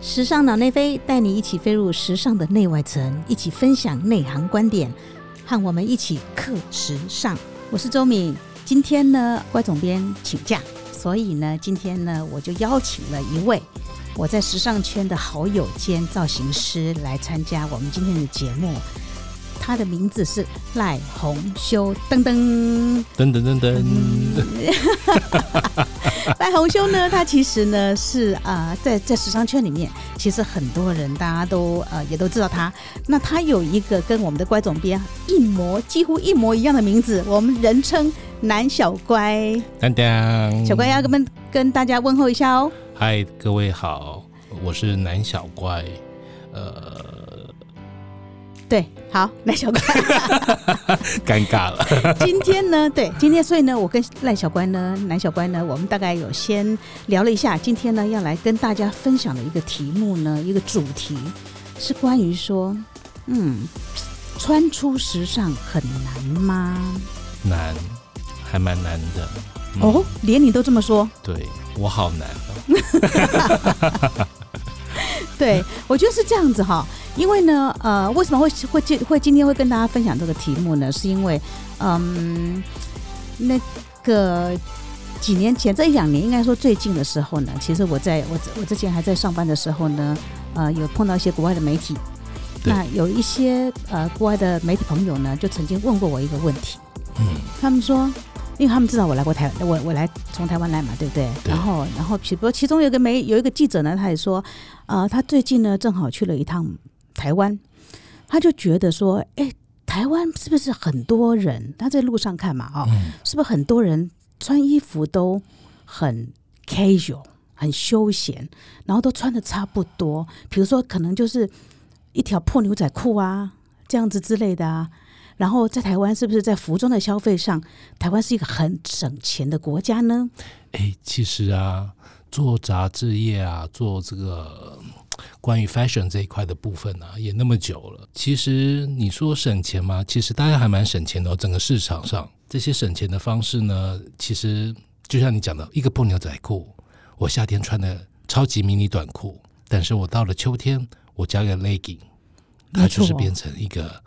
时尚脑内飞带你一起飞入时尚的内外层，一起分享内行观点，和我们一起克时尚。我是周敏，今天呢，乖总编请假，所以呢，今天呢，我就邀请了一位我在时尚圈的好友兼造型师来参加我们今天的节目。他的名字是赖红修，噔噔。噔噔噔噔，白红兄呢，他其实呢是啊、呃在在时尚圈里面，其实很多人大家都呃也都知道他。那他有一个跟我们的乖总编一模几乎一模一样的名字，我们人称男小乖。当当，小乖要跟跟大家问候一下哦。嗨，各位好，我是男小怪，呃，对，好，男小乖。尴尬了，今天呢，对，今天所以呢，我跟赖小关呢、南小关呢，我们大概有先聊了一下。今天呢，要来跟大家分享的一个题目呢，一个主题是关于说，嗯，穿出时尚很难吗？ 难，还蛮难的。嗯哦，，连你都这么说，对我好难哦。 对我觉得是这样子哈。因为呢，呃，为什么会会今会今天会跟大家分享这个题目呢？是因为，嗯，那个几年前这一两年，应该说最近的时候呢，其实我在我我之前还在上班的时候呢，呃，有碰到一些国外的媒体，对那有一些呃国外的媒体朋友呢，就曾经问过我一个问题，嗯，他们说。因为他们知道我来过台，我我来从台湾来嘛，对不对？对然后，然后，其不过其中有一个媒有一个记者呢，他也说，呃，他最近呢正好去了一趟台湾，他就觉得说，哎，台湾是不是很多人？他在路上看嘛，哦，嗯是不是很多人穿衣服都很 casual，很休闲，然后都穿的差不多，比如说可能就是一条破牛仔裤啊，这样子之类的啊。然后在台湾是不是在服装的消费上，台湾是一个很省钱的国家呢？哎，其实啊，做杂志业啊，做这个嗯关于 fashion 这一块的部分啊，也那么久了。其实你说省钱吗？其实大家还蛮省钱的、哦。整个市场上这些省钱的方式呢，其实就像你讲的，一个破牛仔裤，我夏天穿的超级迷你短裤，但是我到了秋天，我加个 legging，它没错就是变成一个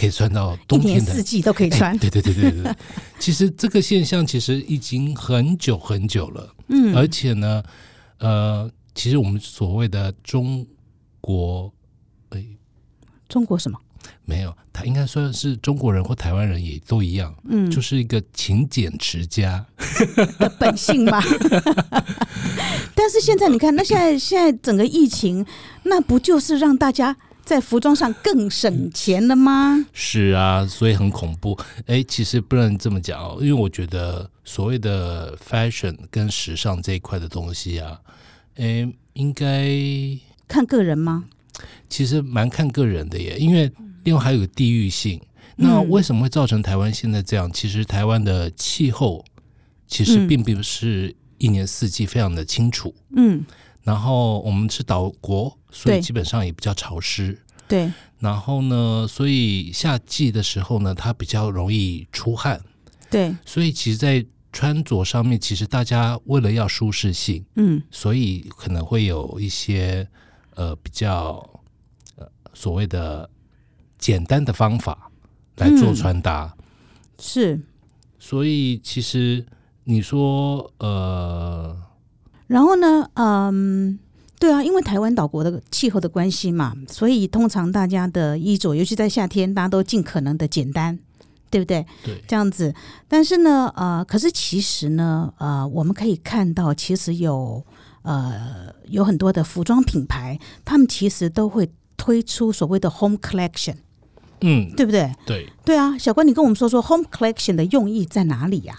可以穿到一冬年天的四季都可以哎穿。对对对对对 对，其实这个现象其实已经很久很久了，嗯而且呢，呃，其实我们所谓的中国，哎，中国什么？没有，他应该算是中国人或台湾人也都一样，嗯，就是一个勤俭持家。的本性吧。但是现在你看，那现在现在整个疫情，那不就是让大家在服装上更省钱了吗？是啊，所以很恐怖。哎，其实不能这么讲哦，因为我觉得所谓的 fashion 跟时尚这一块的东西啊，哎，应该看个人吗？其实蛮看个人的耶，因为另外还有地域性。那为什么会造成台湾现在这样？其实台湾的气候其实并不是一年四季非常的清楚。嗯，然后我们是岛国，所以对基本上也比较潮湿。对，然后呢，所以夏季的时候呢，它比较容易出汗，对，所以其实，在穿着上面，其实大家为了要舒适性，嗯，所以可能会有一些呃比较呃所谓的简单的方法来做嗯穿搭。是。所以其实你说呃，然后呢，嗯。对啊，因为台湾岛国的气候的关系嘛，所以通常大家的衣着，尤其在夏天，大家都尽可能的简单，对不对？对，这样子。但是呢，呃，可是其实呢，呃，我们可以看到，其实有呃有很多的服装品牌，他们其实都会推出所谓的 home collection，嗯，对不对？对。对啊，小关，你跟我们说说 home collection 的用意在哪里啊呀、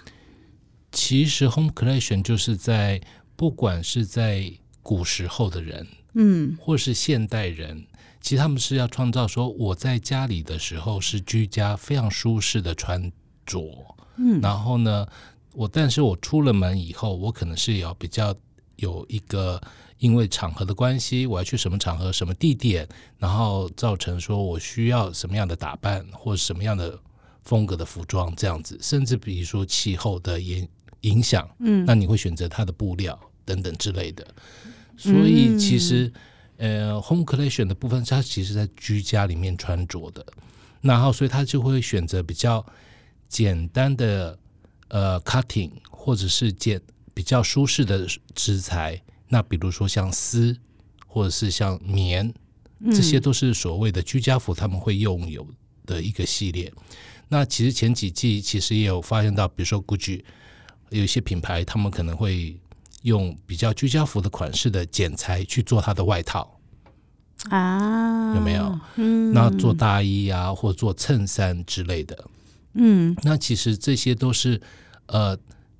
其实 home collection 就是在不管是在古时候的人，嗯，或是现代人，其实他们是要创造说我在家里的时候是居家非常舒适的穿着，嗯，然后呢，我但是我出了门以后，我可能是要比较有一个因为场合的关系，我要去什么场合、什么地点，然后造成说我需要什么样的打扮或什么样的风格的服装这样子，甚至比如说气候的影影响，嗯，那你会选择它的布料等等之类的。所以其实呃，home collection 的部分，它其实在居家里面穿着的，然后所以他就会选择比较简单的呃 cutting，或者是简比较舒适的织材，那比如说像丝，或者是像棉，这些都是所谓的居家服他们会用有的一个系列。那其实前几季其实也有发现到，比如说 GUCCI 有一些品牌，他们可能会用比较居家服的款式的剪裁去做它的外套，啊，有没有？嗯那做大衣啊，或做衬衫之类的。嗯那其实这些都是呃，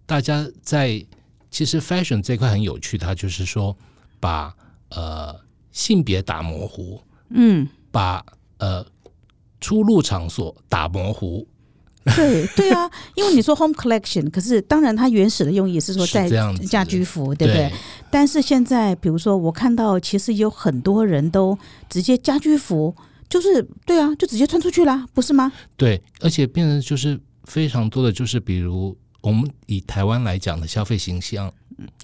大家在其实 fashion 这一块很有趣，它就是说把呃性别打模糊，嗯，把呃出入场所打模糊，对对啊，因为你说 home collection，可是当然它原始的用意是说是在这样子家居服，对不对？但是现在，比如说我看到，其实有很多人都直接家居服，就是对啊，就直接穿出去啦，不是吗？对，而且变成就是非常多的，就是比如我们以台湾来讲的消费形象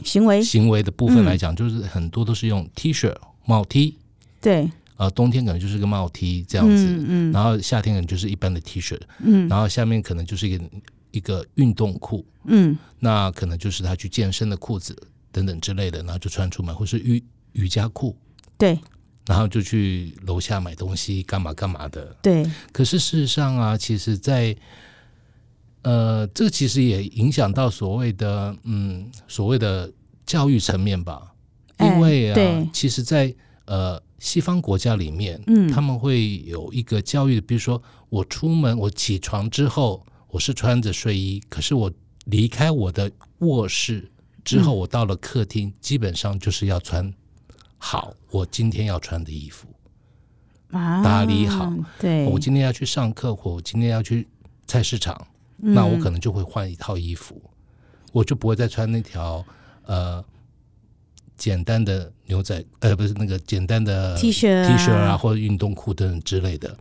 行为行为的部嗯分来讲，就是很多都是用 T 恤、帽 T，对，呃，冬天可能就是个帽 T 这这样子，嗯嗯然后夏天可能就是一般的 T 恤，嗯然后下面可能就是一个一个运动裤，嗯那可能就是他去健身的裤子等等之类的，然后就穿出门，或是瑜瑜伽裤。对然后就去楼下买东西，干嘛干嘛的。对，可是事实上啊，其实在，呃，这个其实也影响到所谓的嗯所谓的教育层面吧，哎因为啊，对其实在，呃西方国家里面，嗯他们会有一个教育，比如说我出门，我起床之后我是穿着睡衣，可是我离开我的卧室之后，我到了客厅，基本上就是要穿好我今天要穿的衣服。啊打理好，哦对，我今天要去上课，或我今天要去菜市场，嗯那我可能就会换一套衣服，我就不会再穿那条呃简单的牛仔，呃，不是那个简单的嗯 T 恤 T 恤啊，，或者运动裤等等之类的。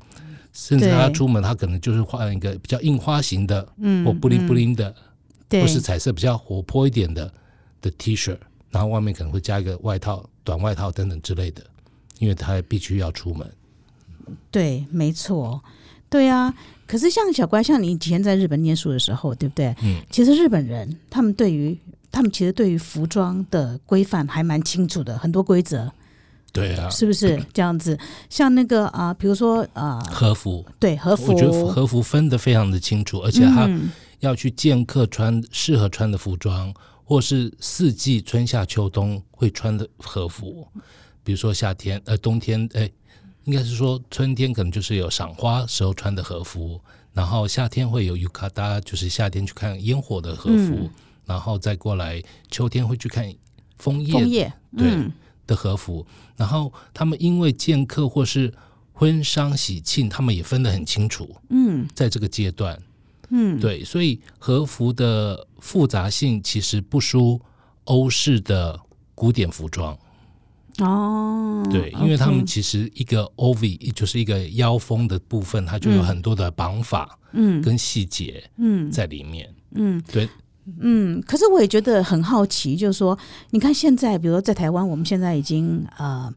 甚至对他出门，他可能就是换一个比较印花型的，嗯或布灵布灵的，对，或是彩色比较活泼一点的的 T 恤，然后外面可能会加一个外套、短外套等等之类的，因为他必须要出门。对，没错，对啊。可是像小乖，像你以前在日本念书的时候，对不对？嗯，其实日本人他们对于他们其实对于服装的规范还蛮清楚的，很多规则对啊，是不 是这样子？像那个啊、比如说啊、和服对和服，我觉得和服啊分得非常的清楚，而且他嗯要去见客穿适合穿的服装，或是四季春夏秋冬会穿的和服。比如说夏天，呃，冬天，哎，应该是说春天可能就是有赏花时候穿的和服，然后夏天会有 yukata，就是夏天去看烟火的和服，嗯然后再过来秋天会去看枫叶枫叶，对嗯的和服，然后他们因为见客或是婚丧喜庆，他们也分得很清楚，嗯在这个阶段，嗯，对，所以和服的复杂性其实不输欧式的古典服装，哦，对，因为他们 OK，其实一个 OV 就是一个腰封的部分，它就有很多的绑法嗯跟细节嗯在里面，嗯对，嗯，可是我也觉得很好奇，就是说，你看现在，比如说在台湾，我们现在已经呃，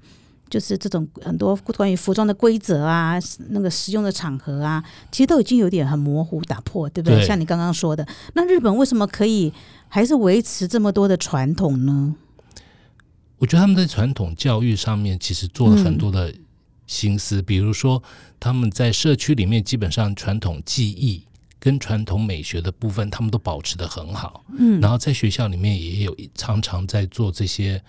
就是这种很多关于服装的规则啊，那个使用的场合啊，其实都已经有点很模糊打破，对不对？对像你刚刚说的，那日本为什么可以还是维持这么多的传统呢？我觉得他们在传统教育上面其实做了很多的心思，比如说他们在社区里面基本上传统技艺跟传统美学的部分，他们都保持的很好。嗯然后在学校里面也有常常在做这些，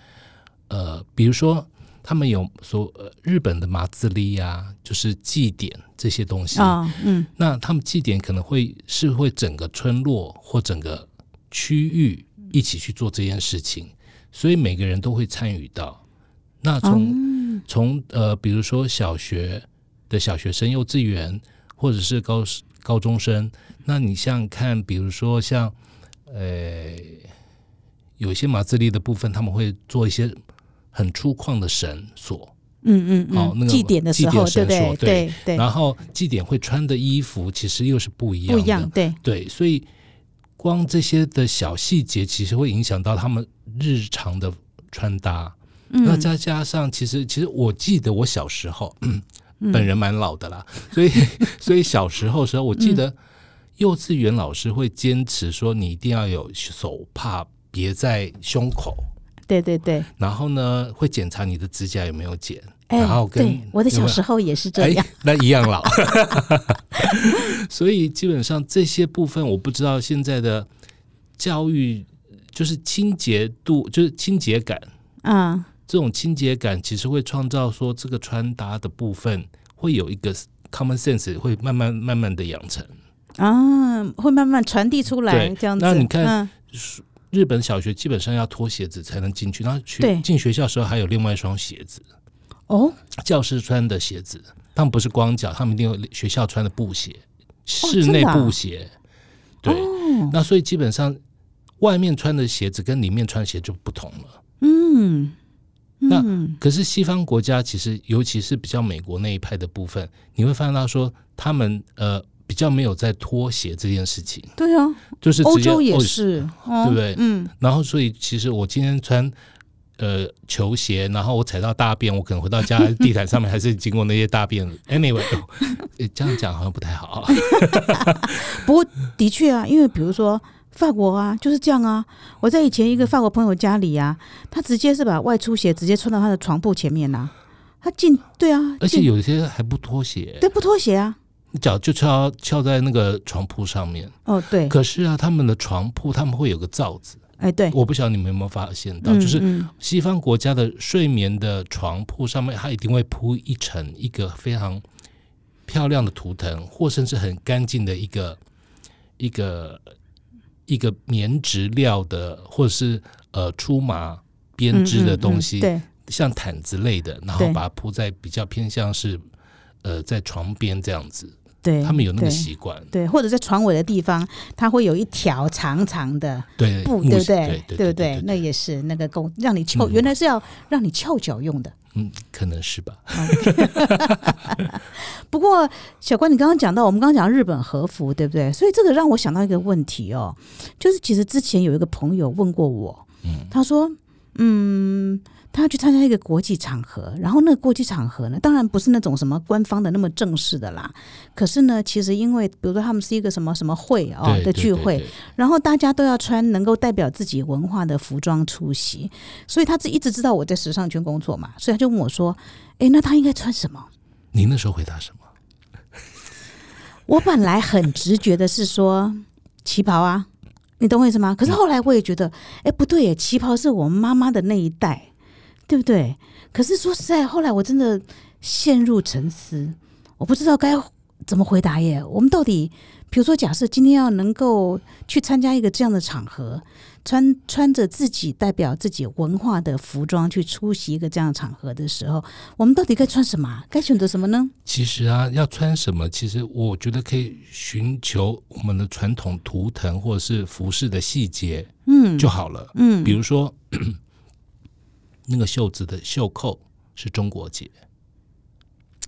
呃，比如说他们有所、呃、日本的麻自立啊，就是祭典这些东西。啊、嗯那他们祭典可能会是会整个村落或整个区域一起去做这件事情，所以每个人都会参与到。那从、嗯从呃，比如说小学的小学生、幼稚园，或者是高高中生，那你像看，比如说像呃，有一些马自立的部分，他们会做一些很粗犷的绳索，嗯嗯嗯，哦那个祭典的祭时典候，绳对不索对对对对，然后祭典会穿的衣服其实又是不一样不的，一样，对，对，所以光这些的小细节，其实会影响到他们日常的穿搭。那再加上，其实其实我记得我小时候，本人蛮老的啦，所以所以小时候的时候，我记得幼稚园老师会坚持说，你一定要有手帕别在胸口，对对对，然后呢会检查你的指甲有没有剪，哎然后，跟对，我的小时候也是这样，哎，那一样老。 所以基本上这些部分，我不知道现在的教育就是清洁度，就是清洁感，哎嗯，这种清洁感其实会创造说这个穿搭的部分会有一个 common sense，会慢慢慢慢的养成。啊，会慢慢传递出来，对这样子。那你看嗯、日本小学基本上要脱鞋子才能进去，然后对去进学校的时候还有另外一双鞋子，哦，教师穿的鞋子，他们不是光脚，他们一定有学校穿的布鞋，室真内的啊布鞋。对，嗯那所以基本上外面穿的鞋子跟里面穿的鞋就不同了。嗯，那嗯，可是西方国家其实，尤其是比较美国那一派的部分，你会发现到说他们呃比较没有在脱鞋这件事情，对哦，就是欧直接洲也哦是，哦对不对嗯，然后，所以其实我今天穿呃球鞋，然后我踩到大便，我可能回到家地毯上面还是经过那些大便。Anyway，哦 诶这样讲好像不太好。啊 不过的确啊，因为比如说法国啊，就是这样啊。我在以前一个法国朋友家里啊，他直接是把外出鞋直接穿到他的床铺前面呐、啊他进对啊，而且进有些还不脱鞋，对不脱鞋啊。脚就翘翘在那个床铺上面。哦，对，可是啊，他们的床铺他们会有个罩子，哎对，我不晓得你们有没有发现到，嗯就是嗯西方国家的睡眠的床铺上面，它一定会铺一层一个非常漂亮的图腾，或甚至很干净的一个一个一个棉质料的，或者是呃粗麻编织的东西，嗯嗯嗯对，像毯子类的，然后对把它铺在比较偏向是呃在床边这样子，对，他们有那个对习惯，对，或者在床尾的地方，它会有一条长长的对布，木对不鞋对对？对对不对？那也是那个工，让你翘，嗯原来是要让你翘脚用的。嗯，可能是吧，不过，小关，你刚刚讲到，我们刚刚讲日本和服，对不对？所以这个让我想到一个问题哦，就是其实之前有一个朋友问过我，他说，嗯，他要去参加一个国际场合，然后那个国际场合呢，当然不是那种什么官方的那么正式的啦，可是呢，其实因为比如说他们是一个什么什么会哦对的对聚对会，对然后大家都要穿能够代表自己文化的服装出席，所以他一直知道我在时尚圈工作嘛，所以他就问我说：“诶，那他应该穿什么你那时候回答什么？？”我本来很直觉的是说旗袍啊，你懂我意思吗？可是后来我也觉得，诶，不对耶，旗袍是我妈妈的那一代，对不对？可是说实在，后来我真的陷入沉思，我不知道该怎么回答耶。我们到底，比如说，假设今天要能够去参加一个这样的场合，穿穿着自己代表自己文化的服装去出席一个这样的场合的时候，我们到底该穿什么啊？该选择什么呢？其实啊，要穿什么，其实我觉得可以寻求我们的传统图腾或者是服饰的细节，嗯，就好了。嗯，比如说 那个袖子的袖扣是中国结，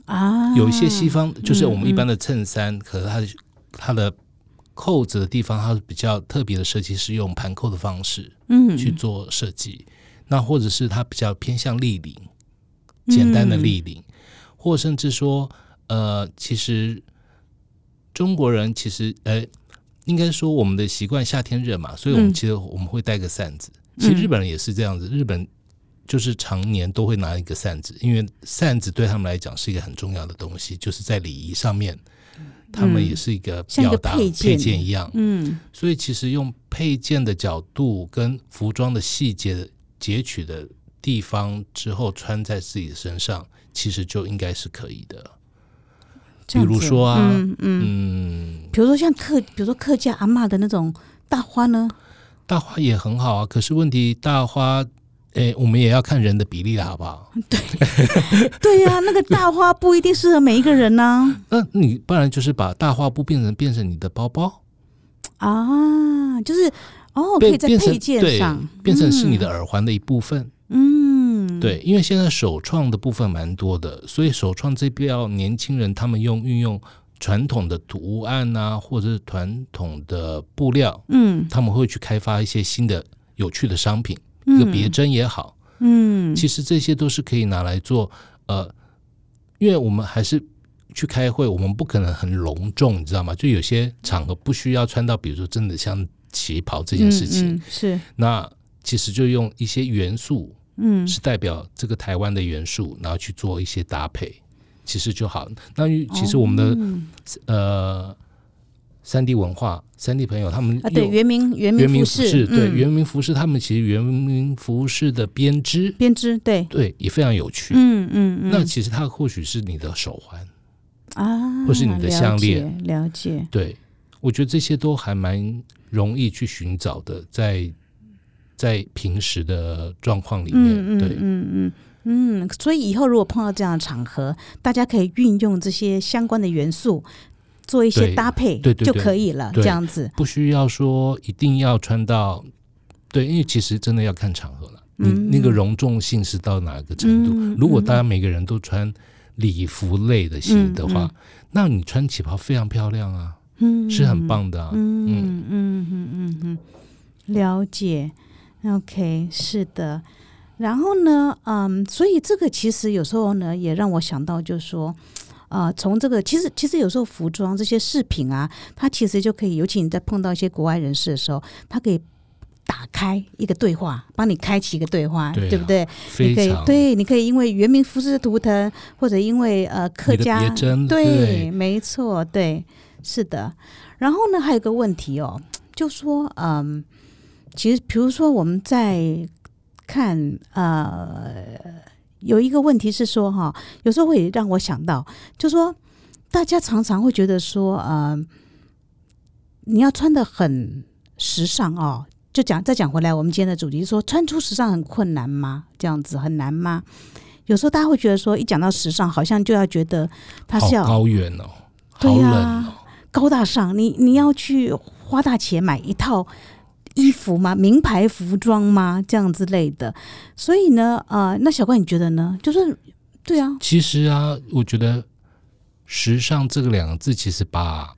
啊，嗯有一些西方就是我们一般的衬衫，可是它的它的扣子的地方，它是比较特别的设计，是用盘扣的方式，嗯去做设计。那或者是它比较偏向立领，简单嗯的立领，或甚至说，呃，其实中国人其实，呃，应该说我们的习惯，夏天热嘛，所以我们嗯其实我们会带个扇子。其实日本人也是这样子，日本就是常年都会拿一个扇子，因为扇子对他们来讲是一个很重要的东西，就是在礼仪上面，他们也是一个嗯像一表个达配件配件一样。嗯所以其实用配件的角度跟服装的细节截取的地方之后穿在自己的身上，其实就应该是可以的。这样子比如说啊嗯嗯，嗯，比如说像客，比如说客家阿嬷的那种大花呢， 大花也很好啊，可是问题大花，诶，我们也要看人的比例了，好不好？嗯对呀、那个大花不一定适合每一个人 呢那你不然就是把大花布变成变成你的包包，啊就是哦，可以变在变成配件对上，变成是你的耳环的一部分。嗯，对，因为现在首创的部分蛮多的，所以首创这边要年轻人他们用运用传统的图案啊，或者是传统的布料，嗯他们会去开发一些新的有趣的商品，一个别针也好，嗯，其实这些都是可以拿来做，呃，因为我们还是去开会，我们不可能很隆重，你知道吗？就有些场合不需要穿到，比如说真的像旗袍这件事情，嗯嗯是，那其实就用一些元素嗯是代表这个台湾的元素，然后去做一些搭配，其实就好。那因为其实我们的、嗯呃三 D 文化、三 D 朋友他们啊，对，用原名原原名名服服饰，饰，对嗯原名服饰，他们其实原名服饰的编织，编织，对，对，也非常有趣。嗯嗯嗯，那其实它或许是你的手环，啊，或是你的项链了解，了解，对我觉得这些都还蛮容易去寻找的，在在平时的状况里面，嗯嗯对。嗯嗯嗯，所以以后如果碰到这样的场合，大家可以运用这些相关的元素做一些对搭配，对对就对可以了，这对样子，不需要说一定要穿到，对，因为其实真的要看场合了。你嗯那个隆重性是到哪个程度？嗯如果嗯大家每个人都穿礼服类的鞋的话，嗯嗯那你穿旗袍非常漂亮啊，嗯，是很棒的啊。嗯嗯嗯嗯嗯，了解。OK，是的。然后呢，嗯，所以这个其实有时候呢，也让我想到，就是说，呃，从这个其实其实有时候服装这些饰品啊，它其实就可以，尤其你在碰到一些国外人士的时候，它可以打开一个对话，帮你开启一个对话，对啊不对？你非可以常对，你可以因为原名服饰的图腾，或者因为呃客你的家别针对，对没错，对，是的。然后呢，还有一个问题哦，就说嗯，其实比如说我们在看呃，有一个问题是说哈，有时候会让我想到，就说大家常常会觉得说，呃，你要穿的很时尚哦。就讲再讲回来，我们今天的主题是说，穿出时尚很困难吗？这样子很难吗？有时候大家会觉得说，一讲到时尚，好像就要觉得它好是要高远哦，好对啊呀冷哦。高大上，你你要去花大钱买一套衣服吗？名牌服装吗？这样之类的。所以呢，呃，那小关你觉得呢？就是对啊，其实啊，我觉得“时尚”这个两个字，其实把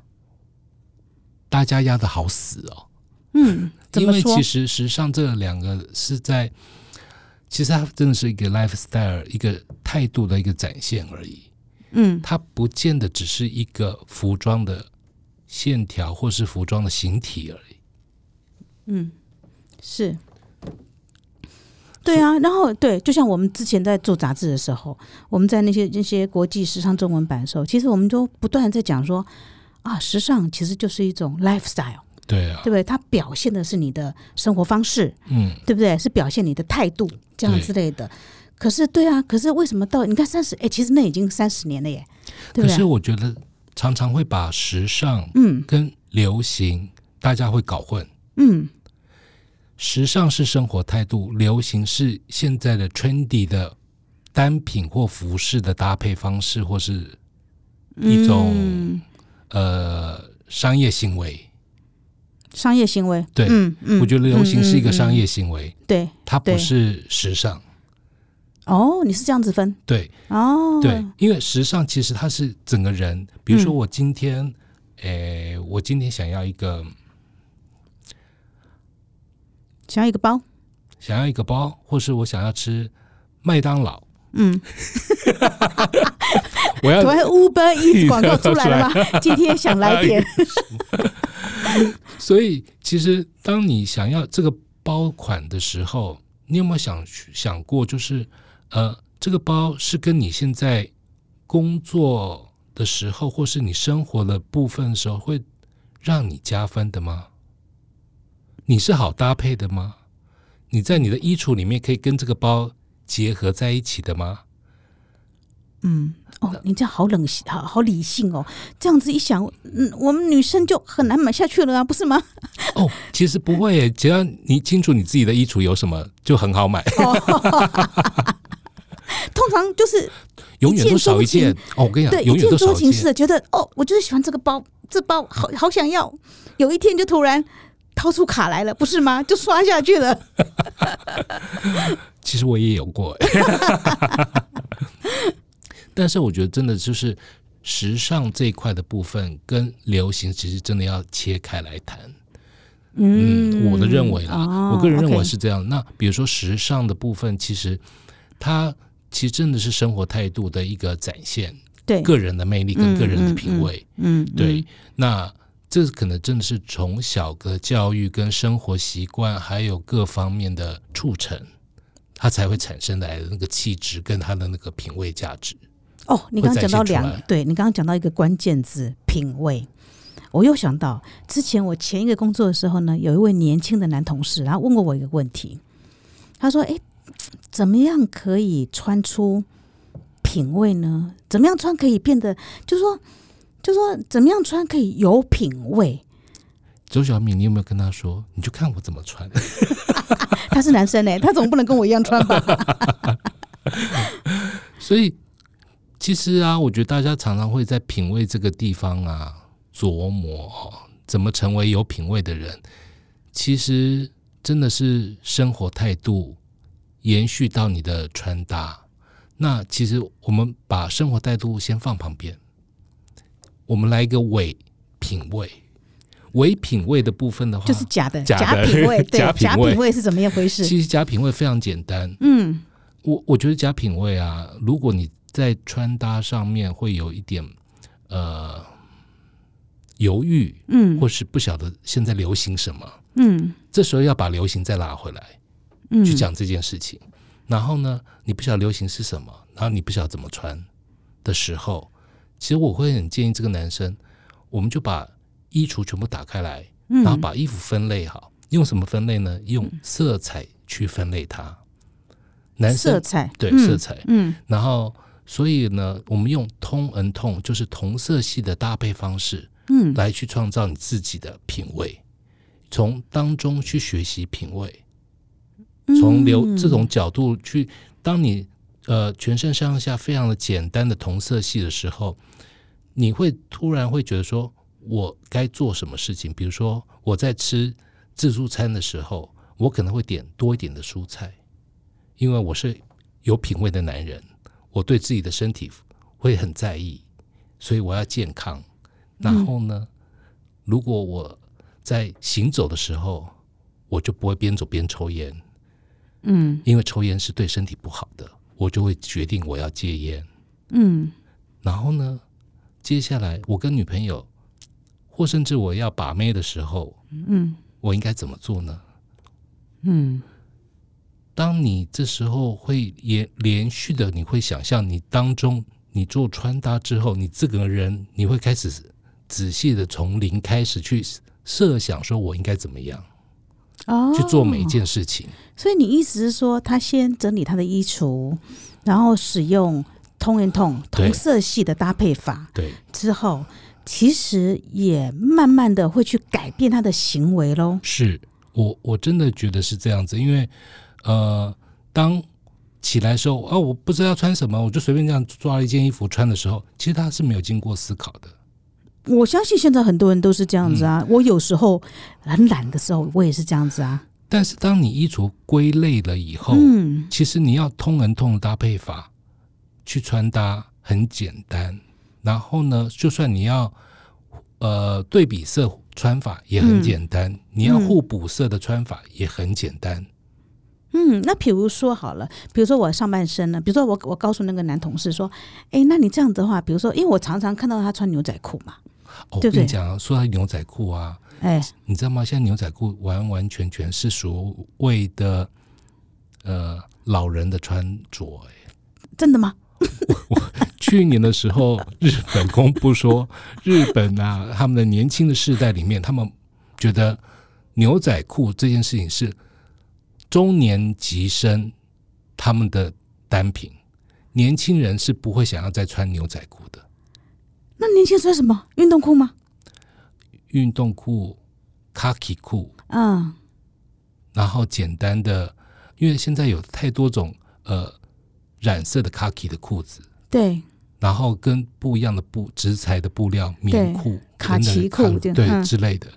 大家压得好死哦。嗯，怎因么为说其？实时尚这两个是在，其实它真的是一个 lifestyle 一个态度的一个展现而已，嗯它不见得只是一个服装的线条或是服装的形体而已。嗯，是。对啊，然后对，就像我们之前在做杂志的时候，我们在那些那些国际时尚中文版的时候，其实我们都不断地在讲说，啊，时尚其实就是一种 lifestyle，对啊对，不对？它表现的是你的生活方式，嗯，对不对？是表现你的态度这样对之类的。可是，对啊，可是为什么到你看三十？哎，其实那已经三十年了耶，对可不是对？我觉得常常会把时尚嗯跟流行大家会搞混，嗯，时尚是生活态度，流行是现在的 trendy 的单品或服饰的搭配方式，或是一种、嗯呃商业行为。商业行为。对嗯嗯，我觉得流行是一个商业。嗯业行为，嗯对，它对不是时尚。哦，你是这样子分对哦。对，因为时尚其实它是整个人，比如说嗯我今天，诶、我今天想要一个想要一个包，想要一个包，或是我想要吃麦当劳，嗯， 我要突然 Uber Eats 广告出来了啊吗？今天想来哎点，所以，其实当你想要这个包款的时候，你有没有想想过，就是呃，这个包是跟你现在工作的时候，或是你生活的部分的时候，会让你加分的吗？你是好搭配的吗？你在你的衣橱里面可以跟这个包结合在一起的 吗？嗯。哦，你这样好冷，好好理性哦。这样子一想，嗯，我们女生就很难买下去了啊，不是吗？ 哦，其实不会耶，只要你清楚你自己的衣橱有什么，就很好买，哦，通常就是永远都少一件一。哦，我跟你对讲，一永远见都少钟一件情。似的，觉得哦，我就是喜欢这个包，这包好好想要。有一天就突然掏出卡来了，不是吗？就刷下去了。其实我也有过， 欸但是我觉得真的就是时尚这一块的部分跟流行，其实真的要切开来谈。嗯，我的认为啦，哦我个人认为 OK 是这样。那比如说时尚的部分，其实它其实真的是生活态度的一个展现，对，个人的魅力跟个人的品味。嗯，对，嗯，那这可能真的是从小的教育跟生活习惯，还有各方面的促成，它才会产生来的那个气质跟它的那个品味价值。哦，你刚刚讲到会展现出两来，对你刚刚讲到一个关键字品味，我又想到之前我前一个工作的时候呢，有一位年轻的男同事，然后问过我一个问题，他说：“哎，怎么样可以穿出品味呢？怎么样穿可以变得，就说就说怎么样穿可以有品味？周小敏，你有没有跟他说？你就看我怎么穿。他是男生呢、他总不能跟我一样穿 吧？所以其实啊，我觉得大家常常会在品味这个地方啊琢磨、哦、怎么成为有品味的人。其实真的是生活态度延续到你的穿搭。那其实我们把生活态度先放旁边，我们来一个伪品味。伪品味的部分的话，就是假的，假的品味，对，假品假味品味是怎么一回事？其实假品味非常简单，嗯，我我觉得假品味啊，如果你在穿搭上面会有一点呃犹豫，嗯或是不晓得现在流行什么，嗯这时候要把流行再拉回来嗯，去讲这件事情。然后呢，你不晓得流行是什么，然后你不晓得怎么穿的时候，其实我会很建议这个男生，我们就把衣橱全部打开来，嗯，然后把衣服分类好。用什么分类呢？用色彩去分类它。男生色彩，对嗯色彩嗯然后，所以呢，我们用 tone and tone，就是同色系的搭配方式，嗯，来去创造你自己的品味，从当中去学习品味，从流嗯这种角度去，当你呃全身上下非常的简单的同色系的时候，你会突然会觉得说，我该做什么事情？比如说我在吃自助餐的时候，我可能会点多一点的蔬菜，因为我是有品味的男人，我对自己的身体会很在意，所以我要健康。然后呢，如果我在行走的时候，我就不会边走边抽烟，嗯因为抽烟是对身体不好的，我就会决定我要戒烟。嗯然后呢，接下来我跟女朋友，或甚至我要把妹的时候，嗯我应该怎么做呢？嗯当你这时候会连连续的，你会想象你当中你做穿搭之后，你这个人你会开始仔细的从零开始去设想，说我应该怎么样哦，去做每一。件事情。所以你意思是说，他先整理他的衣橱，然后使用通圆通对同色系的搭配法对之后，其实也慢慢的会去改变他的行为喽。是我我真的觉得是这样子，因为呃，当起来的时候啊，我不知道要穿什么，我就随便这样抓了一件衣服穿的时候，其实他是没有经过思考的。我相信现在很多人都是这样子啊。我有时候很懒的时候，我也是这样子啊。但是当你衣橱归类了以后，嗯，其实你要通人通的搭配法去穿搭很简单，然后呢，就算你要呃对比色穿法也很简单，你要互补色的穿法也很简单。嗯，那比如说好了，比如说我上半身呢，比如说我我告诉那个男同事说，哎，那你这样子的话，比如说，因为我常常看到他穿牛仔裤嘛，对哦，我不对跟你讲啊，说到牛仔裤啊，哎，你知道吗？现在牛仔裤完完全全是所谓的呃老人的穿着、哎真的吗？去年的时候，日本公布说， 日本啊，他们的年轻的世代里面，他们觉得牛仔裤这件事情是中年级生他们的单品，年轻人是不会想要再穿牛仔裤的。那年轻人穿什么？运动裤吗？运动裤、khaki 裤，嗯然后简单的，因为现在有太多种呃染色的 khaki 的裤子，对，然后跟不一样的布植材的布料、棉裤、卡等等的其裤卡这样对、嗯之类的，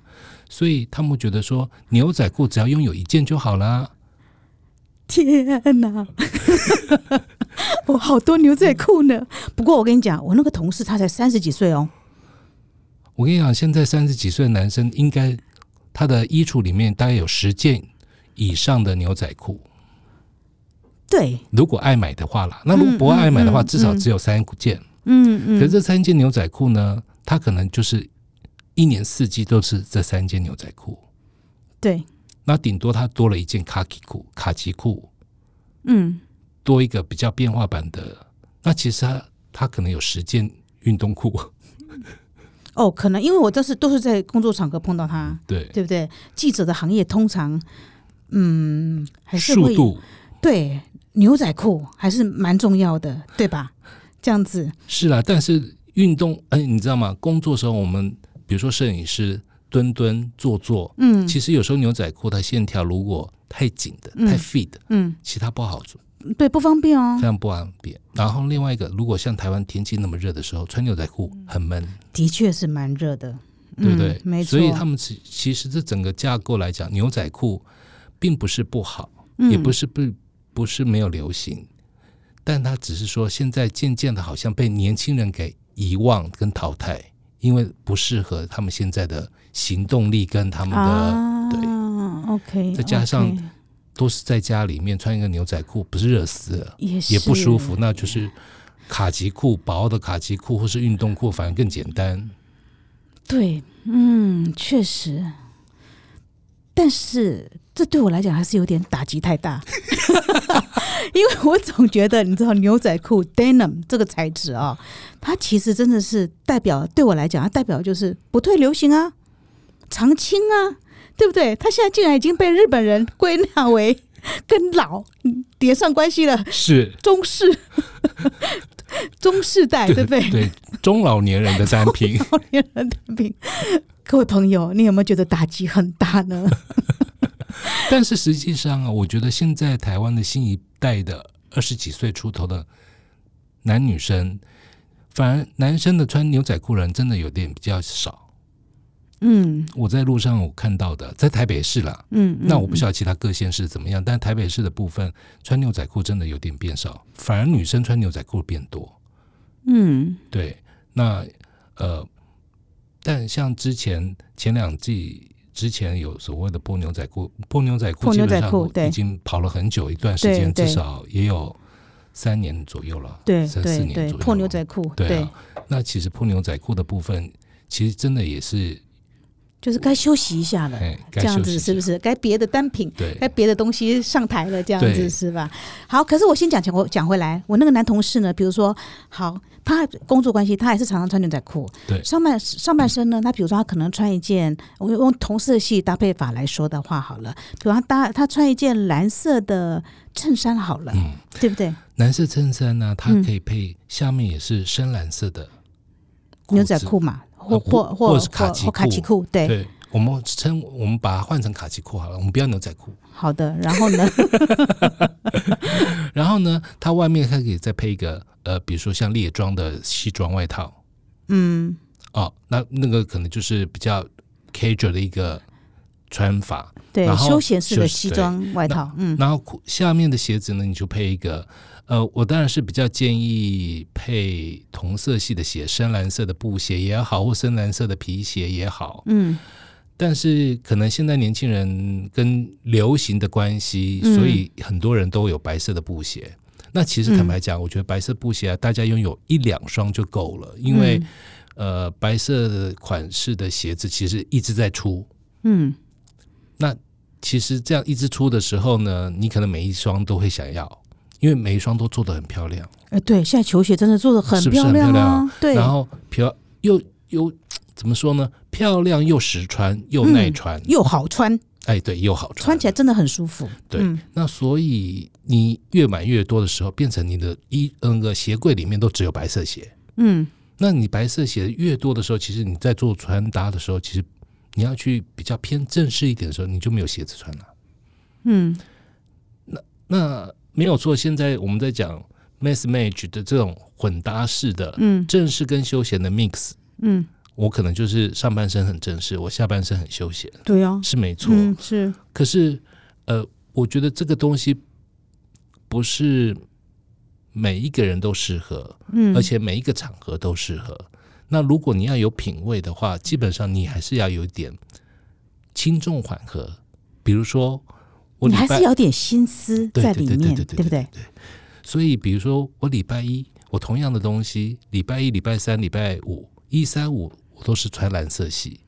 所以他们觉得说牛仔裤只要拥有一件就好啦。天哪， 我好多牛仔裤呢。不过我跟你讲，我那个同事他才三十几岁哦，我跟你讲，现在三十几岁的男生应该他的衣橱里面大概有十件以上的牛仔裤。对，如果爱买的话啦，那如果不爱买的话，嗯嗯嗯至少只有三件。嗯可是嗯，这三件牛仔裤呢，他可能就是一年四季都是这三件牛仔裤。对，那顶多他多了一件卡其裤、卡其裤，嗯，多一个比较变化版的。那其实他他可能有十件运动裤，哦，可能因为我都是都是在工作场合碰到他， 对，对不对？记者的行业通常，嗯，还是速会度对牛仔裤还是蛮重要的，对吧？这样子，是啦，但是运动，哎、你知道吗？工作时候我们比如说摄影师蹲蹲坐坐，嗯其实有时候牛仔裤它线条如果太紧的、嗯太 fit 的，嗯，其实它不好做，对，不方便哦非，常不方便。然后另外一个，如果像台湾天气那么热的时候，穿牛仔裤很闷，的确是蛮热的，对不对？嗯、没错，所以他们其其实这整个架构来讲，牛仔裤并不是不好，嗯也不是不不是没有流行，但它只是说现在渐渐的好像被年轻人给遗忘跟淘汰，因为不适合他们现在的行动力跟他们的啊，对 o k 再加上都是在家里面穿一个牛仔裤，不是热死了，也也不是舒服，那就是。卡其裤薄的卡其裤或是运动裤，反而更简单。对，嗯，确实，但是这对我来讲还是有点打击太 大，因为我总觉得你知道牛仔裤 denim 这个材质啊、它其实真的是代表对我来讲，它代表就是不退流行啊，长青啊，对不对？它现在竟然已经被日本人归纳为 跟老嗯连上关系了，是，中式 中世代，对不对？对，中老年人的单品。老年人的病。各位朋友，你有没有觉得打击很大呢？ 但是实际上啊，我觉得现在台湾的新一代的二十几岁出头的男女生，反而男生的穿牛仔裤人真的有点比较少。嗯我在路上我看到的，在台北市啦，嗯，那我不晓得其他各县市怎么样，但台北市的部分穿牛仔裤真的有点变少，反而女生穿牛仔裤变多。嗯对，那呃，但像之前前两季之前有所谓的破牛仔裤，破牛仔裤破基牛本仔裤上对已经跑了很久一段时对间，至对少也有三年左右了，对三四对年左对，右。破牛仔裤，对啊那其实破牛仔裤的部分，其实真的也是就是该休息一下了。哎，该嗯这样休子息一是哎不下？是该别的单品，该对，别的东西上台了？这样子对是吧？好，可是我先讲讲我讲回来，我那个男同事呢，比如说，好，他工作关系，他还是常常穿牛仔裤。对上半上半身呢，他比如说他可能穿一件，我用同色系搭配法来说的话好了，比如他搭他穿一件蓝色的衬衫好了，嗯，对不对？蓝色衬衫呢、它嗯可以配下面也是深蓝色的牛仔子裤嘛，或呃或或或或是卡其或卡裤其裤，对，对，我们称我们把它换成卡其裤好了，我们不要牛仔裤。好的。然后 呢，然后呢，它外面它可以再配一个呃，比如说像猎装的西装外套嗯，哦，那那个可能就是比较 casual 的一个穿法。对，然后休闲式的休息西对装外套，嗯然后裤下面的鞋子呢，你就配一个呃，我当然是比较建议配同色系的鞋，深蓝色的布鞋也好，或深蓝色的皮鞋也好。嗯，但是可能现在年轻人跟流行的关系，嗯所以很多人都有白色的布鞋。那其实坦白嗯讲，我觉得白色布鞋啊，大家拥有一两双就够了，因为、嗯呃，白色的款式的鞋子其实一直在出。嗯，那其实这样一直出的时候呢，你可能每一双都会想要，因为每一双都做的很漂亮，呃，对，现在球鞋真的做的很是不是漂很亮漂啊，亮对，然后漂又又怎么说呢？漂亮又实穿，又耐嗯穿，又好穿，哎，对，又好穿穿起来真的很舒服，对嗯那所以你越买越多的时候，变成你的衣呃那个鞋柜里面都只有白色鞋。嗯，那你白色鞋越多的时候，其实你在做穿搭的时候，其实你要去比较偏正式一点的时候，你就没有鞋子穿了。嗯，那没有错，现在我们在讲 mass match 的这种混搭式的嗯，正式跟休闲的 mix，嗯，我可能就是上半身很正式，我下半身很休闲，对啊，是没错。嗯，是，可是，呃，我觉得这个东西不是每一个人都适合，嗯，而且每一个场合都适合。那如果你要有品味的话，基本上你还是要有一点轻重缓和。比如说，我你礼还是拜有点心思对在对里对面，对不对？？所以，比如说我礼拜一，我同样的东西，礼拜一、礼拜三、礼拜五，一三五我都是穿蓝色系。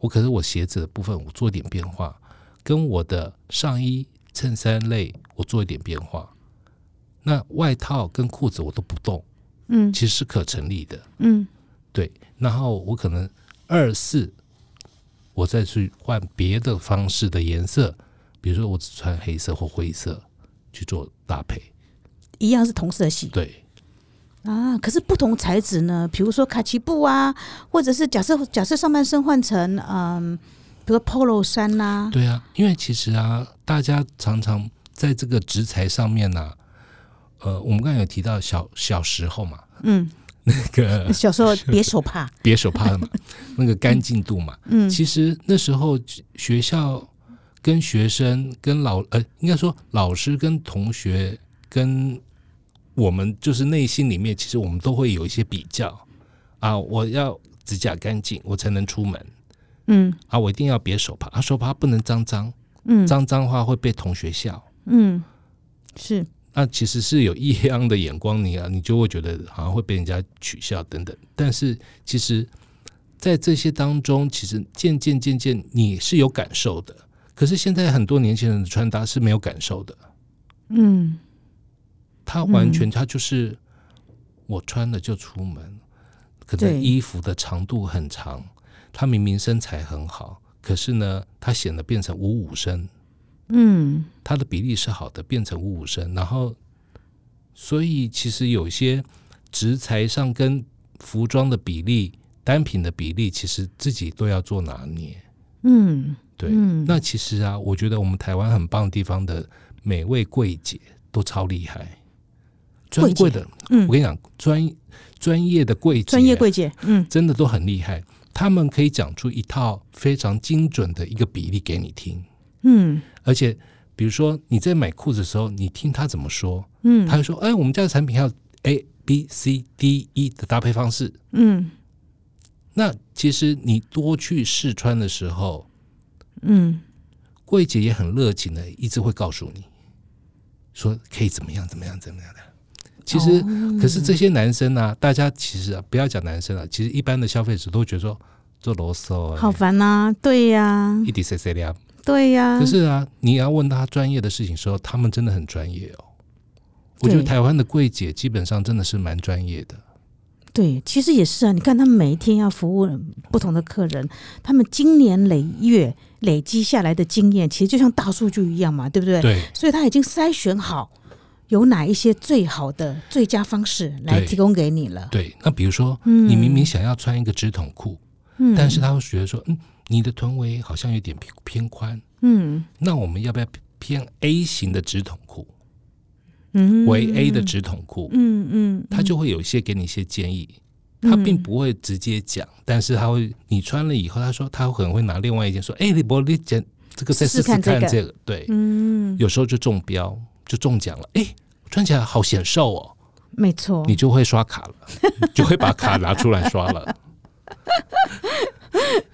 我可是我鞋子的部分我做一点变化，跟我的上衣、衬衫类我做一点变化。那外套跟裤子我都不动，嗯其实是可成立的。嗯，对，然后我可能二四，我再去换别的方式的颜色，比如说我只穿黑色或灰色去做搭配。一样是同色系对，啊，可是不同材质呢，比如说卡其布啊，或者是假设假设上半身换成嗯，比如说 polo 衫呐、对啊，因为其实啊，大家常常在这个职才上面呢、呃，我们刚才有提到小小时候嘛，嗯， 那个 小时候别手 帕，别手帕嘛，那个干净度嘛，嗯其实那时候学校跟学生跟老呃，应该说老师跟同学跟我们就是内心里面，其实我们都会有一些比较啊，我要指甲干净，我才能出门嗯啊，我一定要别手帕啊，手帕不能脏脏，嗯脏脏话会被同学笑。嗯，是那其实是有异样的眼光，你啊，你就会觉得好像会被人家取笑等等。但是其实，在这些当中，其实渐渐渐渐你是有感受的。可是现在很多年轻人的穿搭是没有感受的，嗯他完全他就是、我穿了就出门，可对能衣服的长度很长，他明明身材很好，可是呢，他显得变成五五身。嗯它的比例是好的，变成五五身，然后所以其实有些食材上跟服装的比例、单品的比例，其实自己都要做拿捏。嗯对，嗯那其实啊，我觉得我们台湾很棒的地方的每位柜姐都超厉害，专柜的，嗯我跟你讲，专专业的柜姐，专业柜姐，嗯真的都很厉害，他们可以讲出一套非常精准的一个比例给你听。嗯而且比如说你在买裤子的时候，你听他怎么说，嗯他会说：“哎，我们家的产品还有 A、B、C、D、E 的搭配方式。嗯”那其实你多去试穿的时候，嗯，柜姐也很热情的，一直会告诉你，说可以怎么样怎么样怎么样的。其实，哦可是这些男生啊，大家其实啊，不要讲男生啊，其实一般的消费者都会觉得说做啰嗦、欸，好烦呐、对呀、一滴 C C 的啊。对呀、可是啊，你要问他专业的事情的时候，他们真的很专业哦。我觉得对台湾的柜姐基本上真的是蛮专业的，对，其实也是啊。你看，他们每一天要服务不同的客人，他们经年累月累积下来的经验，其实就像大数据一样嘛，对不对？对所以他已经筛选好有哪一些最好的最佳方式来对提供给你了。对。那比如说，嗯你明明想要穿一个直筒裤，嗯但是他会觉得说，嗯，你的臀围好像有点偏偏宽，嗯那我们要不要偏 A 型的直筒裤，嗯为 A 的直筒裤？嗯嗯，他就会有一些给你一些建议。他并不会直接讲，但是他会，你穿了以后，他说他可能会拿另外一件说，哎、你不你讲这个再试试试看看这个这个，对，嗯，有时候就中标，就中奖了。哎，穿起来好显瘦哦，没错你。就会刷卡了，你就会把卡拿出来刷了。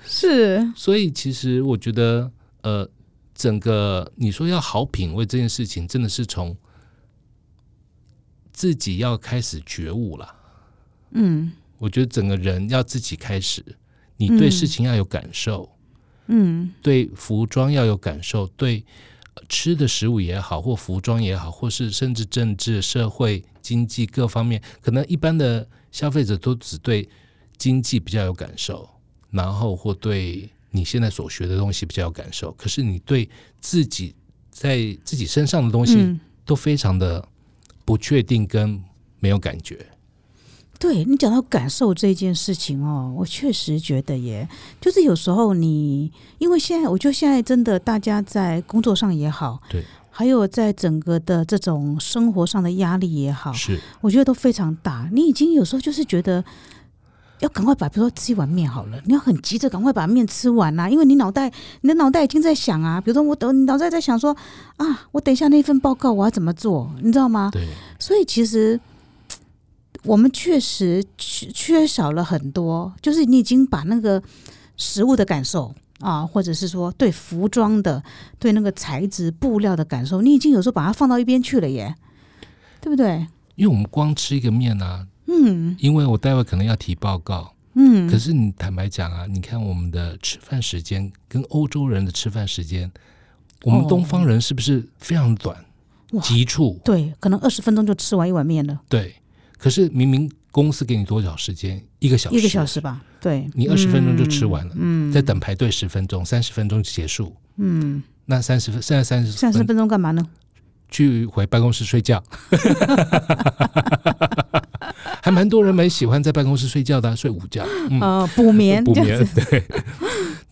是所以其实我觉得，呃，整个你说要好品味这件事情，真的是从自己要开始觉悟了。嗯我觉得整个人要自己开始，你对嗯事情要有感受，嗯对服装要有感受，对呃吃的食物也好，或服装也好，或是甚至政治、社会、经济各方面，可能一般的消费者都只对经济比较有感受，然后或对你现在所学的东西比较有感受。可是你对自己在自己身上的东西嗯，都非常的不确定跟没有感觉。对你讲到感受这件事情哦，我确实觉得耶，就是有时候你，因为现在我觉得现在真的大家在工作上也好，对，还有在整个的这种生活上的压力也好，是我觉得都非常大。你已经有时候就是觉得。要赶快把，比如说吃一碗面好了，你要很急着赶快把面吃完啊，因为你脑袋，你的脑袋已经在想啊，比如说我等，你脑袋在想说啊，我等一下那份报告我要怎么做，你知道吗？对，所以其实我们确实缺缺少了很多，就是你已经把那个食物的感受啊，或者是说对服装的、对那个材质、布料的感受，你已经有时候把它放到一边去了耶，对不对？因为我们光吃一个面啊，嗯因为我待会可能要提报告。嗯，可是你坦白讲啊，你看我们的吃饭时间跟欧洲人的吃饭时间，我们哦东方人是不是非常短、哇急促？对，可能二十分钟就吃完一碗面了，对。可是明明公司给你多少时间？一个小时，一个小时吧，对，你20分钟就吃完了嗯，再等排队十分钟，三十分钟就结束。嗯，那三十分，现在三十三十分分钟干嘛呢？去回办公室 睡觉，还蛮多人蛮喜欢在办公室睡觉的啊、睡午觉。嗯，呃，补 眠，不这样眠子，对。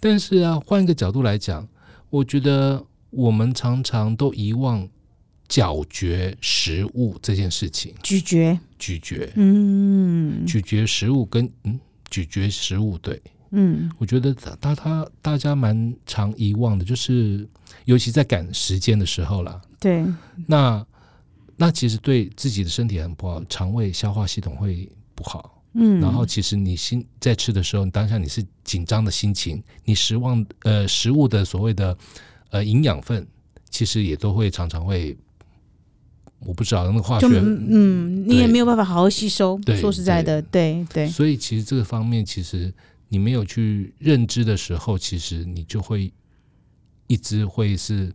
但是啊，换一个角度来讲，我觉得我们常常都遗忘咀嚼食物这件事情，咀嚼，咀嚼、嗯咀嚼食物跟嗯咀嚼食物，对嗯，我觉得大大他大家蛮常遗忘的，就是尤其在赶时间的时候啦，对，那那其实对自己的身体很不好，肠胃消化系统会不好。嗯，然后其实你心在吃的时候，你当下你是紧张的心情，你失望呃食物的所谓的呃营养分，其实也都会常常会，我不知道那个化就学，嗯，你也对没有办法好好吸收。对说实在的，对对，所以其实这个方面其实你没有去认知的时候，其实你就会一直会是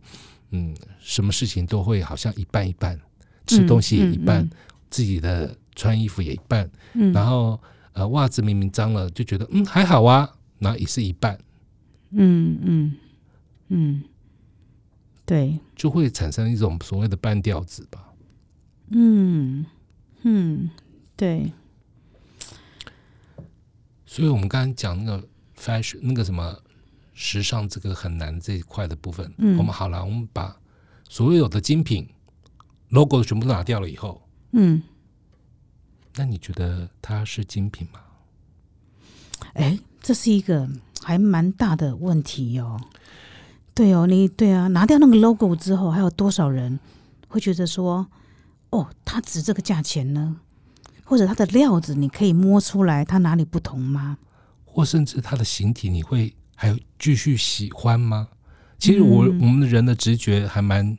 嗯什么事情都会好像一半一半，吃嗯东西也一半，嗯自己的穿衣服也一半，嗯，然后呃袜子明明脏了就觉得嗯还好啊，然后也是一半。嗯嗯嗯，对，就会产生一种所谓的半吊子吧。嗯嗯对，所以我们刚刚讲那个 fashion 那个什么时尚这个很难这一块的部分，嗯我们好了，我们把所有的精品 logo 全部拿掉了以后，嗯，那你觉得它是精品吗？哎，这是一个还蛮大的问题哦。对哦，你对啊，拿掉那个 logo 之后，还有多少人会觉得说，哦，它值这个价钱呢？或者它的料子，你可以摸出来它哪里不同吗？或甚至它的形体，你会还继续喜欢吗？其实我、我们人的直觉还蛮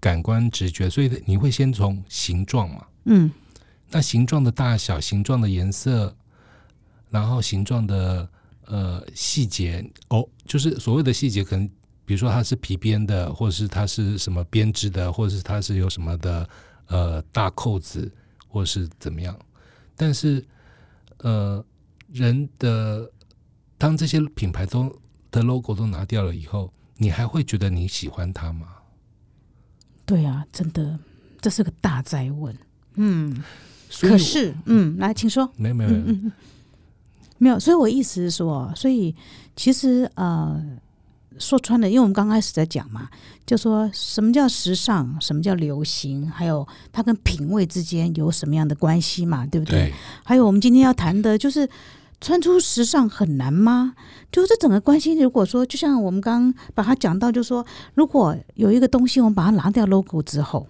感官直觉，所以你会先从形状嘛，嗯那形状的大小、形状的颜色，然后形状的呃细节哦，就是所谓的细节，可能比如说它是皮编的，或者是它是什么编织的，或者是它是有什么的呃大扣子，或是怎么样。但是呃，人的当这些品牌都的 logo 都拿掉了以后，你还会觉得你喜欢它吗？对啊，真的，这是个大灾问。嗯，所以可是，嗯，来，请说。没有没有嗯没有，嗯嗯，没有。所以我意思是说，所以其实呃，说穿了，因为我们刚开始在讲嘛，就说什么叫时尚，什么叫流行，还有它跟品味之间有什么样的关系嘛，对不对？对，还有我们今天要谈的就是。穿出时尚很难吗？就是这整个关系，如果说就像我们刚刚把它讲到，就是说如果有一个东西我们把它拿掉 logo 之后，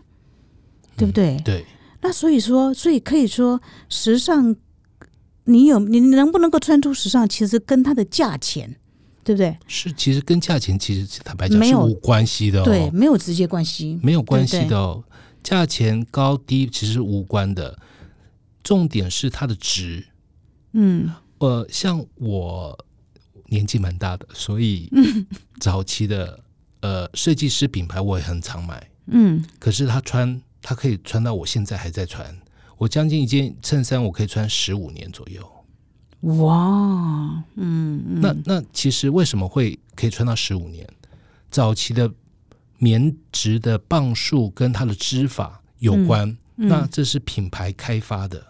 对不对？对，那所以说，所以可以说，时尚，你有你能不能够穿出时尚，其实跟它的价钱，对不对？是，其实跟价钱其实坦白讲没是有无关系的、哦，对，，没有直接关系。没有关系的哦。价钱高低其实是无关的，重点是它的值。嗯呃，像我年纪蛮大的，所 以早期的呃设计师品牌我也很常买，嗯可是他穿，他可以穿到我现在还在穿。我将近一件衬衫，我可以穿十五年左右。哇，嗯嗯，那那其实为什么会可以穿到十五年？早期的棉质的磅数跟它的织法有关，嗯那这是品牌开发的。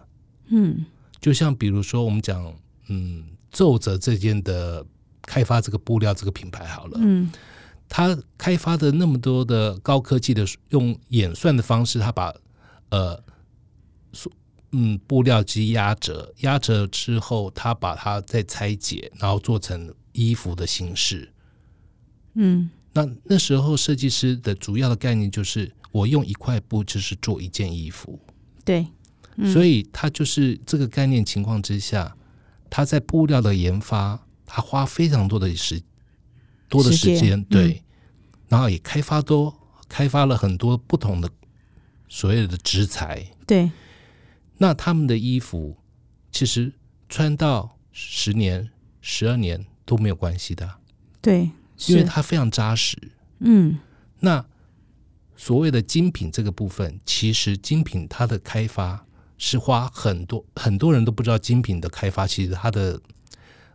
嗯就像比如说我们讲，嗯，皱褶这件的开发这个布料这个品牌好了，嗯它开发的那么多的高科技的用演算的方式，它把呃，所嗯布料机压折，压折之后，它把它再拆解，然后做成衣服的形式。嗯那那时候设计师的主要的概念就是，我用一块布就是做一件衣服，对，嗯所以它就是这个概念情况之下，它在布料的研发，它花非常多的时多的时时间，间嗯对，然后也开发多开发了很多不同的所谓的植材。对，那他们的衣服其实穿到十年、十二年都没有关系的啊，对，因为是它非常扎实。嗯，那所谓的精品这个部分，其实精品它的开发是花很多，很多人都不知道精品的开发，其实它的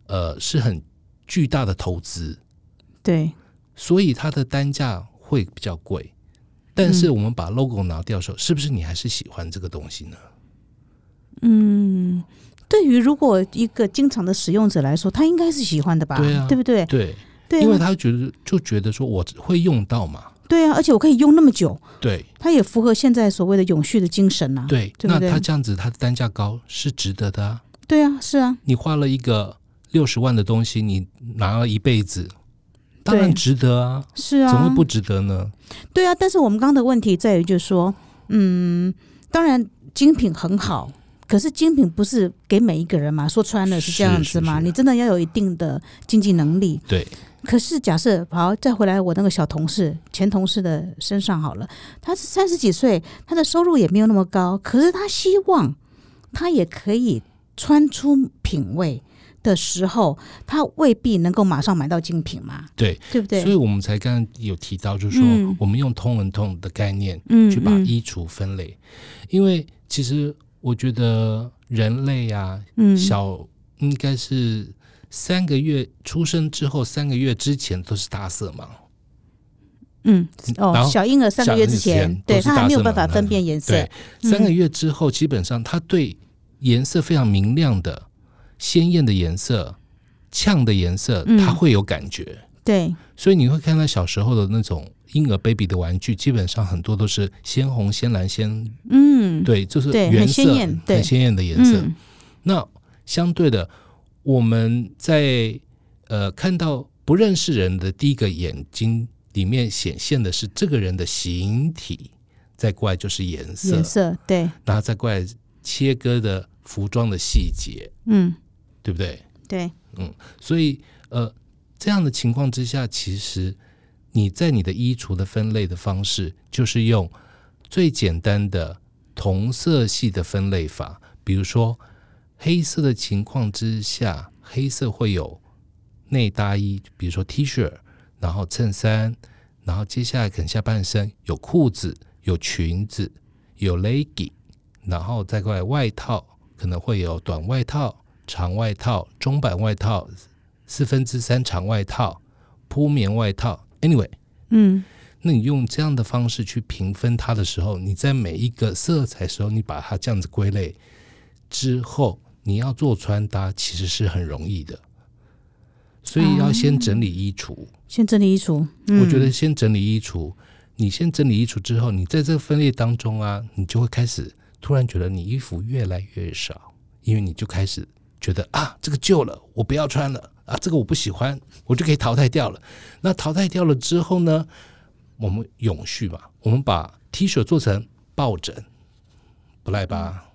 呃是很巨大的投资，对，所以它的单价会比较贵。但是我们把 logo 拿掉的时候，是不是你还是喜欢这个东西呢？嗯，对于如果一个经常的使用者来说，他应该是喜欢的吧？对啊不对？对，对啊，因为他觉得就觉得说我会用到嘛，对啊，而且我可以用那么久，对它也符合现在所谓的永续的精神呐、啊。对，对不对那他这样子他的单价高是值得的啊。对啊，是啊，你花了一个六十万的东西，你拿了一辈子，当然对值得啊，是啊，怎么会不值得呢？对啊，但是我们刚刚的问题在于，就是说，嗯，当然精品很好，可是精品不是给每一个人嘛？说穿了是这样子是啊嘛？是是你真的要有一定的经济能力。对，可是假设好，再回来我那个小同事、前同事的身上好了，他是三十几岁，他的收入也没有那么高，可是他希望他也可以穿出品味。的时候，他未必能够马上买到精品嘛，对，对不对？所以我们才刚刚有提到，就是说、嗯我们用通文通的概念嗯去把嗯衣橱分类，因为其实我觉得人类啊，嗯小应该是三个月出生之后三个月之前都是大色盲，嗯，然哦，后小婴儿三个小月婴之儿前前，对都是他还大没有色办法盲分的辨颜色对，，三个嗯月之后，基本上他对颜色非常明亮的、鲜艳的颜色、呛的颜色，嗯他会有感觉。对，所以你会看到小时候的那种婴儿 baby 的玩具，基本上很多都是鲜红、鲜蓝、鲜嗯，对，就是对原很色鲜艳对很鲜艳的颜色。嗯，那相对的，我们在呃看到不认识人的第一个眼睛里面显现的是这个人的形体，再过来就是颜色，颜色，对，然后再过来切割的服装的细节，嗯，对不对？对，所以呃，这样的情况之下，其实你在你的衣橱的分类的方式，就是用最简单的同色系的分类法，比如说黑色的情况之下，黑色会有内搭衣，比如说 T 恤，然后衬衫，然后接下来可能下半身有裤子、有裙子、有 legging，然后再过来外套，可能会有短外套、长外套、中版外套、四分之三长外套、铺棉外套。Anyway，嗯，那你用这样的方式去评分它的时候，你在每一个色彩时候，你把它这样子归类之后，你要做穿搭其实是很容易的。所以要先整理衣橱，先整理衣橱，嗯我觉得先整理衣橱，你先整理衣橱之后，你在这个分类当中啊，你就会开始突然觉得你衣服越来越少，因为你就开始觉得啊，这个旧了，我不要穿了啊，这个我不喜欢，我就可以淘汰掉了。那淘汰掉了之后呢，我们永续吧，我们把 T 恤做成抱枕，不赖吧？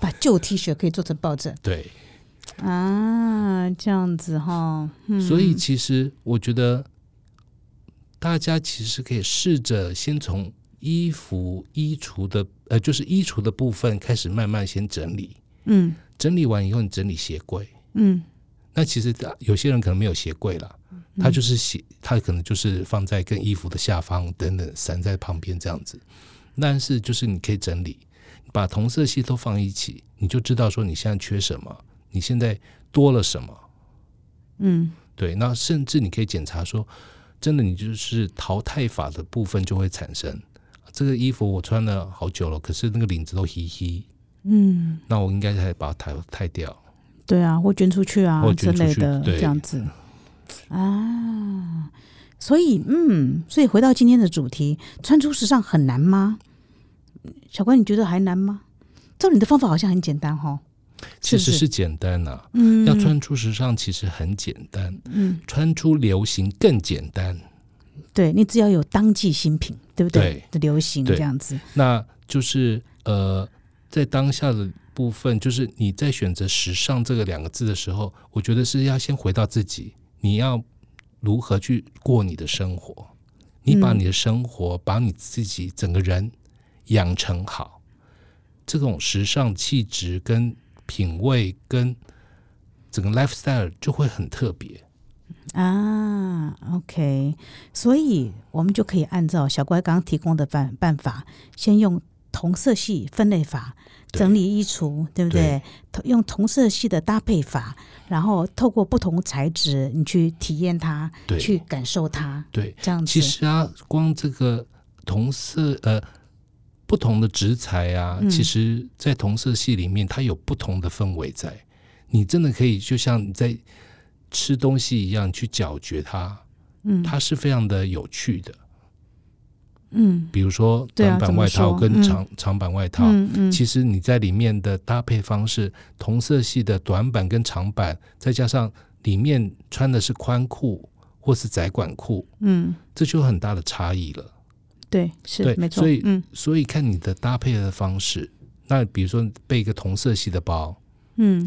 把旧 T 恤可以做成抱枕对，啊，这样子哈，嗯，所以其实我觉得，大家其实可以试着先从衣服衣橱的呃，就是衣橱的部分开始慢慢先整理，嗯整理完以后你整理鞋柜。嗯，那其实大有些人可能没有鞋柜啦，他就是鞋，他可能就是放在跟衣服的下方等等，散在旁边这样子。但是就是你可以整理，把同色系都放一起，你就知道说你现在缺什么，你现在多了什么。嗯，对，那甚至你可以检查说，真的你就是淘汰法的部分就会产生。这个衣服我穿了好久了，可是那个领子都稀稀，嗯，那我应该还把它淘汰掉。对啊，或捐出去啊或之捐出类去的，对这样子啊。所以，嗯，所以回到今天的主题，穿出时尚很难吗？小关，你觉得还难吗？照你的方法好像很简单哈。其是实不是是简单呐、嗯，要穿出时尚其实很简单，嗯，穿出流行更简单。对你只要有当季新品，对不对？的流行对这样子，那就是呃，在当下的部分，就是你在选择“时尚”这个两个字的时候，我觉得是要先回到自己，你要如何去过你的生活，你把你的生活，把你自己整个人养成好，这种时尚气质跟品味跟整个 lifestyle 就会很特别。啊，OK，所以我们就可以按照小乖刚刚提供的办办法，先用同色系分类法对整理衣橱，对不对？同用同色系的搭配法，然后透过不同材质，你去体验它，对去感受它，对，这样子。其实啊，光这个同色呃不同的职材啊，嗯其实在同色系里面，它有不同的氛围在。你真的可以就像你在吃东西一样去搅嚼它，嗯它是非常的有趣的。嗯比如说对啊怎短版么外套说跟嗯长、长版外套，嗯嗯，其实你在里面的搭配方式，同色系的短版跟长版，再加上里面穿的是宽裤或是窄管裤，嗯这就有很大的差异了。对是对没错，所以嗯所以看你的搭配的方式。那比如说备一个同色系的包，嗯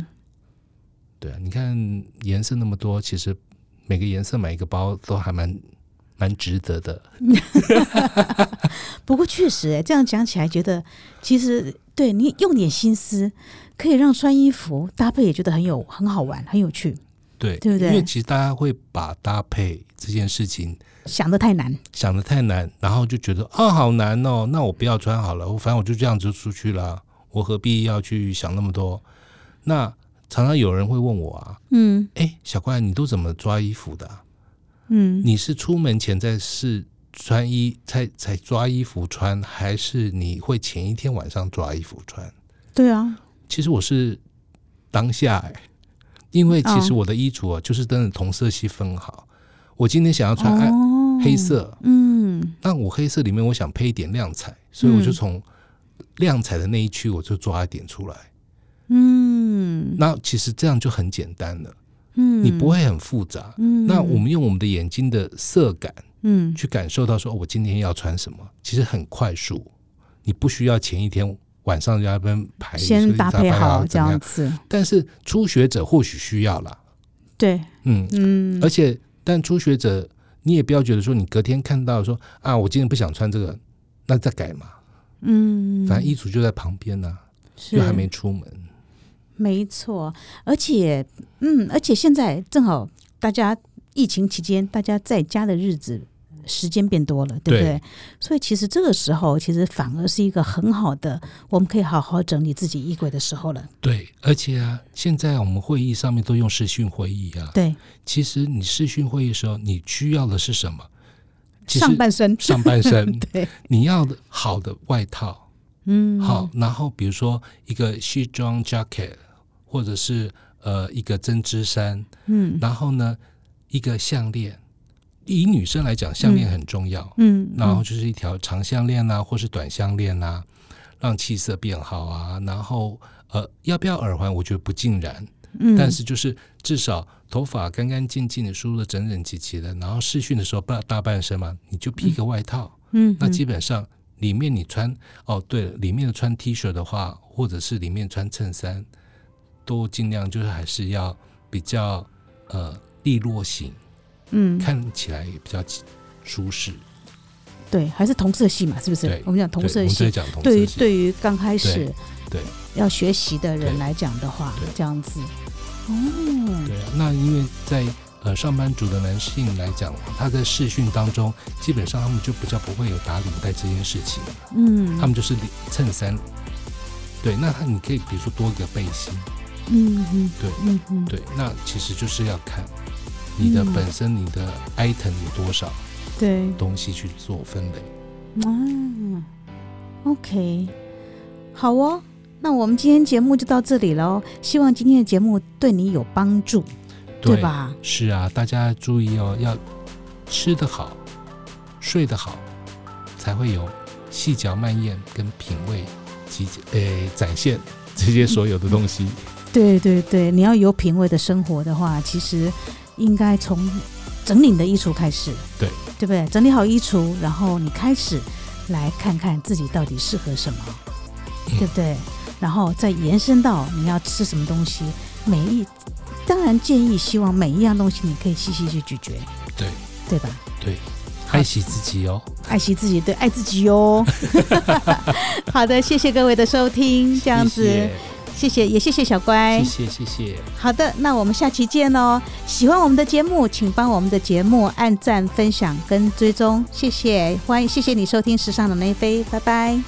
对啊，你看颜色那么多，其实每个颜色买一个包都还蛮蛮值得的。不过确实、欸，这样讲起来，觉得其实对你用点心思，可以让穿衣服搭配也觉得很有很好玩，很有趣。对，对不对因为其实大家会把搭配这件事情想的太难，想的太难，然后就觉得啊好难哦，那我不要穿好了，我反正我就这样子出去啦，我何必要去想那么多？那常常有人会问我啊，嗯哎，小怪，你都怎么抓衣服的啊、嗯，你是出门前在试穿衣才才抓衣服穿，还是你会前一天晚上抓衣服穿？对啊，其实我是当下、欸，因为其实哦我的衣橱啊，就是真的同色系分好。我今天想要穿暗哦，黑，色，嗯那我黑色里面我想配一点亮彩，所以我就从亮彩的那一区我就抓一点出来。嗯那其实这样就很简单了，嗯，你不，会很复杂。嗯，那我们用我们的眼睛的色感。嗯去感受到说、哦我今天要穿什么，其实很快速，你不需要前一天晚上就要跟排啊先搭配好这怎么样样。子，但是初学者或许需要啦，对，嗯，嗯而且但初学者你也不要觉得说你隔天看到说啊，我今天不想穿这个，那再改嘛，嗯，反正衣橱就在旁边呢、啊是又还没出门，没错，而且，嗯，而且现在正好大家疫情期间，大家在家的日子时间变多了，对不对？对所以其实这个时候，其实反而是一个很好的，我们可以好好整理自己衣柜的时候了。对，而且啊，现在我们会议上面都用视讯会议啊，对，其实你视讯会议的时候，你需要的是什么？其实上半身，上半身 对，你要的好的外套，嗯，好，，然后比如说一个西装 jacket，或者是呃一个针织衫，嗯然后呢一个项链，以女生来讲，项链很重要，嗯，然后就是一条长项链啊，或是短项链啊，让气色变好啊，然后呃要不要耳环，我觉得不尽然，嗯，但是就是至少头发干干净净的、梳的整整齐齐的，然后试训的时候不大半身嘛，你就披个外套。嗯，嗯，那基本上里面你穿哦，对了，里面的穿 T 恤的话，或者是里面穿衬衫，都尽量就是还是要比较呃利落型，嗯，看起来也比较舒适。对，还是同色系嘛，是不是对？我们讲同对色我们在系，讲同对色于系，对于刚开始对要学习的人对来讲的话对，这样子，对啊。那因为在呃上班族的男性来讲，他在试训当中，基本上他们就比较不会有打领带这件事情，嗯，他们就是领衬衫。对，那他你可以比如说多一个背心。嗯嗯，对嗯嗯，对，那其实就是要看你的嗯本身你的 item 有多少对，东西去做分类。嗯，OK，好哦。那我们今天节目就到这里喽，希望今天的节目对你有帮助，对吧？是啊，大家注意哦，要吃得好，睡得好，才会有细嚼慢咽跟品味及呃展现这些所有的东西。 对对对，你要有品味的生活的话，其实应该从整理你的衣橱开始，对对不对？整理好衣橱，然后你开始来看看自己到底适合什么，嗯对不对？然后再延伸到你要吃什么东西，每一当然建议希望每一样东西你可以细细去咀嚼，对对吧？对，爱惜自己哦。爱惜自己，对，爱自己哟。 好的，谢谢各位的收听，这样子，谢谢，也谢谢小乖，谢谢，谢谢。好的，那我们下期见哦。喜欢我们的节目，请帮我们的节目按赞、分享跟追踪，谢谢，欢迎，谢谢你收听《时尚的梅飞》，拜拜。